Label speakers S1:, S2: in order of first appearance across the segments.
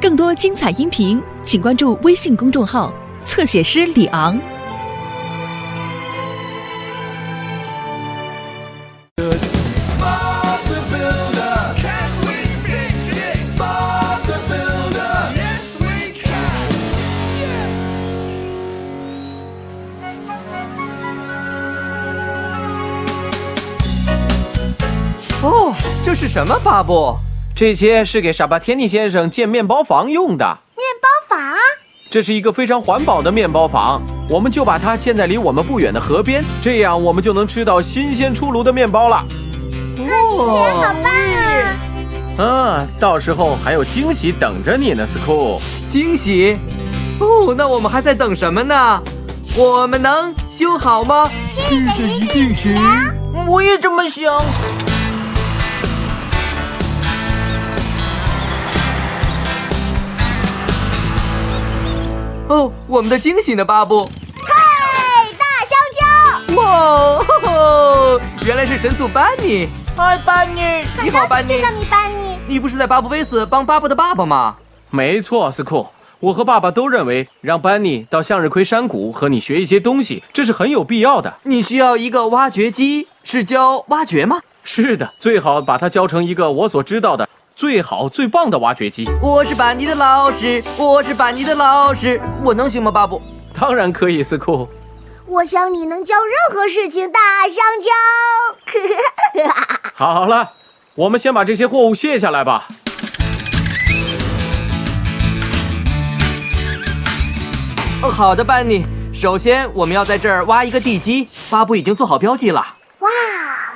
S1: 更多精彩音频，请关注微信公众号“侧写师李昂”。
S2: Bob the Builder. Can we fix it? Bob the Builder. Yes, we can.
S3: 哦，这是什么巴布？
S4: 这些是给傻巴天尼先生建面包房用的。
S5: 面包房，
S4: 这是一个非常环保的面包房，我们就把它建在离我们不远的河边，这样我们就能吃到新鲜出炉的面包了。
S5: 好
S3: 哦，
S5: 棒啊！
S4: 啊，到时候还有惊喜等着你呢，School。
S3: 惊喜！哦，那我们还在等什么呢？我们能修好吗？这个一定行。我也这么想。哦，我们的惊喜呢，巴布？
S5: 嗨，大香蕉，
S3: 哇哦，吼吼原来是神速班尼。嗨，班尼，你好，
S5: 高
S3: 班
S5: 兴
S3: 尼
S5: 见。到你，班尼。
S3: 你不是在巴布威斯帮巴布的爸爸吗？
S4: 没错，School。我和爸爸都认为，让班尼到向日葵山谷和你学一些东西，这是很有必要的。
S3: 你需要一个挖掘机，是教挖掘吗？
S4: 是的，最好把它教成一个我所知道的最好最棒的挖掘机。
S3: 我是班尼的老师，我是班尼的老师，我能行吗，巴布？
S4: 当然可以，School。
S5: 我想你能教任何事情，大香蕉。
S4: 好了，我们先把这些货物卸下来吧。
S3: 哦好的，班尼。首先，我们要在这儿挖一个地基，巴布已经做好标记了。
S5: 哇，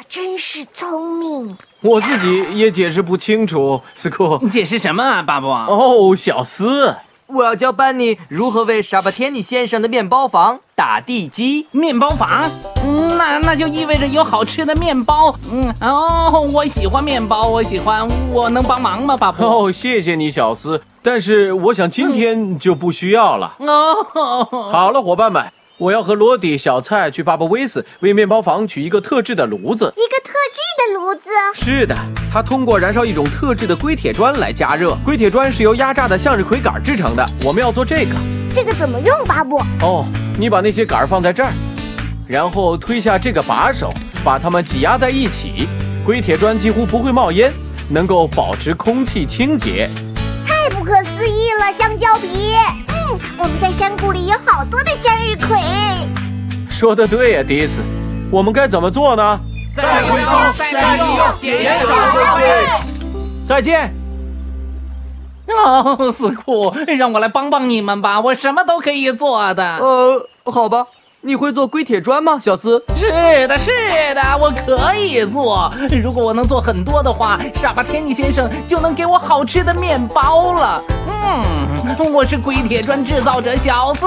S5: 真是聪明！
S4: 我自己也解释不清楚，School。
S6: 解释什么啊，巴布？
S4: 哦，小斯，
S3: 我要教班尼如何为沙巴天尼先生的面包房打地基。
S6: 面包房，嗯那那就意味着有好吃的面包。嗯，哦，我喜欢面包，我喜欢，我能帮忙吗，巴布？
S4: 哦，谢谢你，小斯。但是我想今天就不需要了。
S6: 哦，
S4: 好了，伙伴们，我要和罗迪、小蔡去巴布威斯为面包房取一个特制的炉子。
S5: 一个特制的炉子，
S4: 是的，它通过燃烧一种特制的硅铁砖来加热。硅铁砖是由压榨的向日葵杆制成的。我们要做这个。
S5: 这个怎么用，巴布？
S4: 哦，你把那些杆儿放在这儿，然后推下这个把手，把它们挤压在一起。硅铁砖几乎不会冒烟，能够保持空气清洁。
S5: 太不可思议了，香蕉皮。嗯，我们在山谷里有好多的向日葵。
S4: 说的对呀、迪斯。我们该怎么做呢？
S6: 再回头，再利用，减少浪费。
S4: 再见。
S6: 哦，死库，让我来帮帮你们吧，我什么都可以做的。
S3: 呃，好吧，你会做硅铁砖吗，小斯？
S6: 是的，是的，我可以做。如果我能做很多的话，傻巴天尼先生就能给我好吃的面包了。嗯，我是硅铁砖制造者小四。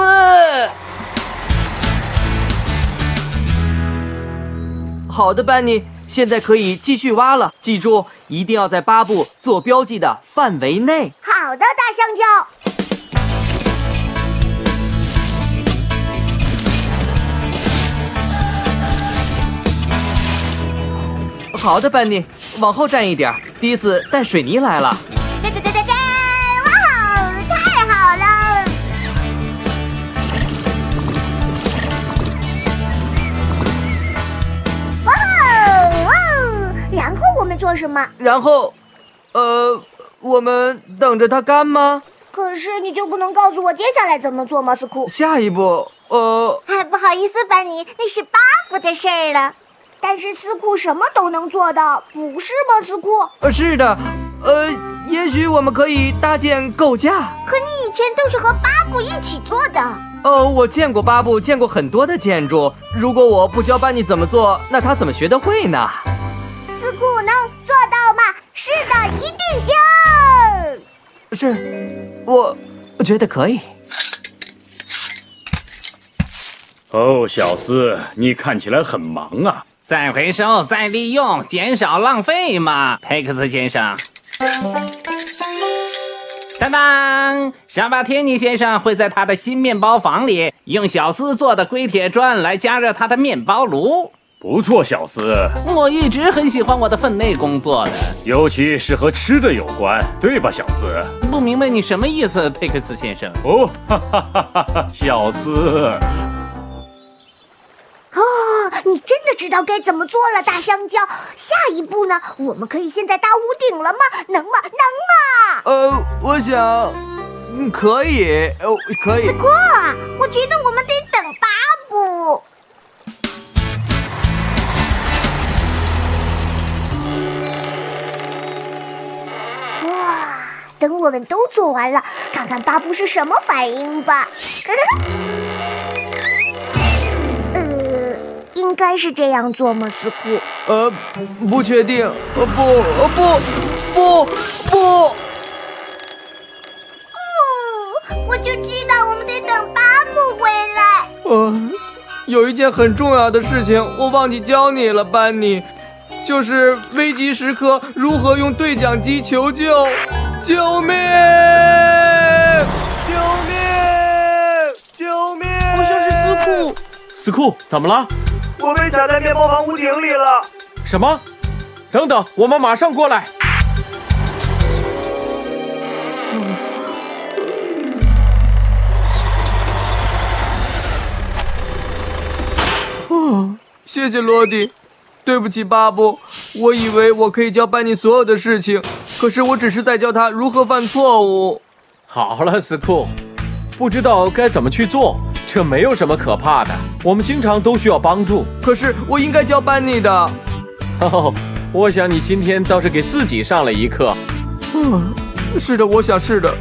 S3: 好的，班尼，现在可以继续挖了。记住，一定要在巴布做标记的范围内。
S5: 好的，大香蕉。
S3: 好的，班尼，往后站一点儿。迪斯带水泥来了。
S5: 哒哒哒哒哒！哇哦，太好了！哇哦哇哦！然后我们做什么？
S3: 然后，呃，我们等着它干吗？
S5: 可是你就不能告诉我接下来怎么做吗，斯库？
S3: 下一步，呃，
S5: 哎，不好意思，班尼，那是巴布的事儿了。但是斯库什么都能做到，不是吗，斯库？
S3: 呃是的，呃，也许我们可以搭建构架。
S5: 可你以前都是和巴布一起做的。
S3: 呃，我见过巴布，见过很多的建筑。如果我不教班尼怎么做，那他怎么学得会呢？
S5: 斯库能做到吗？是的，一定行。
S3: 是，我我觉得可以。
S7: 哦，小斯，你看起来很忙啊。
S6: 再回收、再利用，减少浪费嘛，佩克斯先生。当当，沙巴天尼先生会在他的新面包房里用小斯做的硅铁砖来加热他的面包炉。
S7: 不错，小斯，
S6: 我一直很喜欢我的分内工作的，
S7: 尤其是和吃的有关，对吧，小斯？
S6: 不明白你什么意思，佩克斯先生。
S7: 哦，哈哈哈哈哈，小斯，
S5: 哦，你真的知道该怎么做了，大香蕉。下一步呢？我们可以现在搭屋顶了吗？能吗？能吗？
S3: 呃，我想，嗯，可以，呃，可以。
S5: 过，我觉得我们得等巴布。哇，等我们都做完了，看看巴布是什么反应吧。呃，应该是这样做吗，斯库？
S3: 呃，不确定，呃不，呃不，不，不，
S5: 哦，我就知道我们得等巴布回来。
S3: 呃，有一件很重要的事情我忘记教你了，班尼，就是危急时刻如何用对讲机求救，救命！救命！救命！好像是斯库，
S4: 斯库，怎么了？
S3: 我被卡在面包房屋顶里了。
S4: 什么？等等，我们马上过来。
S3: 谢谢罗迪，对不起巴布，我以为我可以教班尼所有的事情，可是我只是在教他如何犯错误。
S4: 好了，斯库，不知道该怎么去做，这没有什么可怕的。我们经常都需要帮助。
S3: 可是我应该教班尼的。
S4: 哦，我想你今天倒是给自己上了一课。
S3: 嗯，是的，我想是的。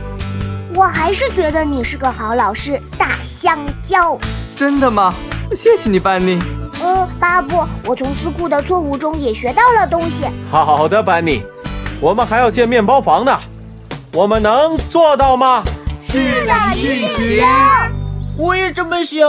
S5: 我还是觉得你是个好老师，大香蕉。
S3: 真的吗？谢谢你，班尼。
S5: 嗯，巴布，我从斯库的错误中也学到了东西。
S4: 好的，班尼，我们还要建面包房呢，我们能做到吗？
S5: 是的，一定行。
S6: 我也这么想。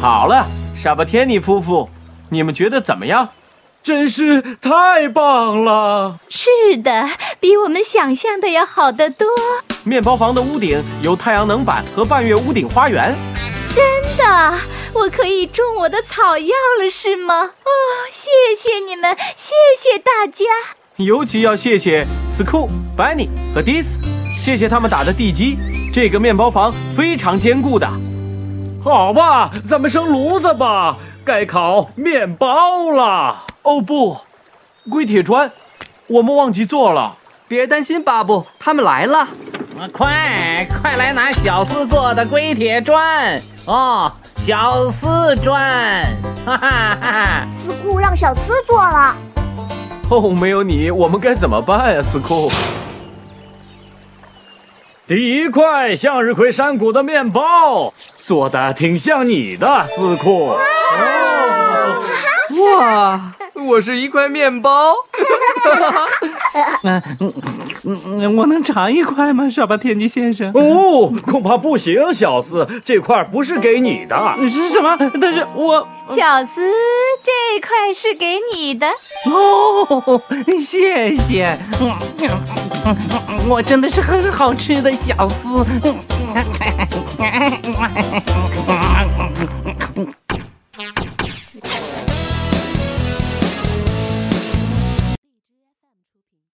S4: 好了，沙巴天尼夫妇，你们觉得怎么样？
S7: 真是太棒了！
S8: 是的，比我们想象的要好得多。
S4: 面包房的屋顶有太阳能板和半月屋顶花园。
S8: 真的，我可以种我的草药了，是吗？哦，谢谢你们，谢谢大家。
S4: 尤其要谢谢 Scoop、Bunny 和 Dis，谢谢他们打的地基。这个面包房非常坚固的。
S7: 好吧，咱们生炉子吧，该烤面包了。
S4: 哦不，龟铁砖，我们忘记做了。
S3: 别担心，巴布，他们来了。
S6: 啊，快快来拿小斯做的龟铁砖哦，小斯砖，哈哈哈
S5: 斯库让小斯做了。
S4: 哦，没有你，我们该怎么办呀、啊、，Scoop？
S7: 第一块向日葵山谷的面包，做的挺像你的，斯库。
S3: 哇，我是一块面包。
S6: 哈。嗯嗯嗯，我能尝一块吗，傻巴天尼先生？
S7: 哦，恐怕不行，小四，这块不是给你的。
S6: 是什么？但是我
S8: 小斯，这块是给你的。
S6: 哦，谢谢。嗯嗯嗯嗯我真的是很好吃的小斯。嗯嗯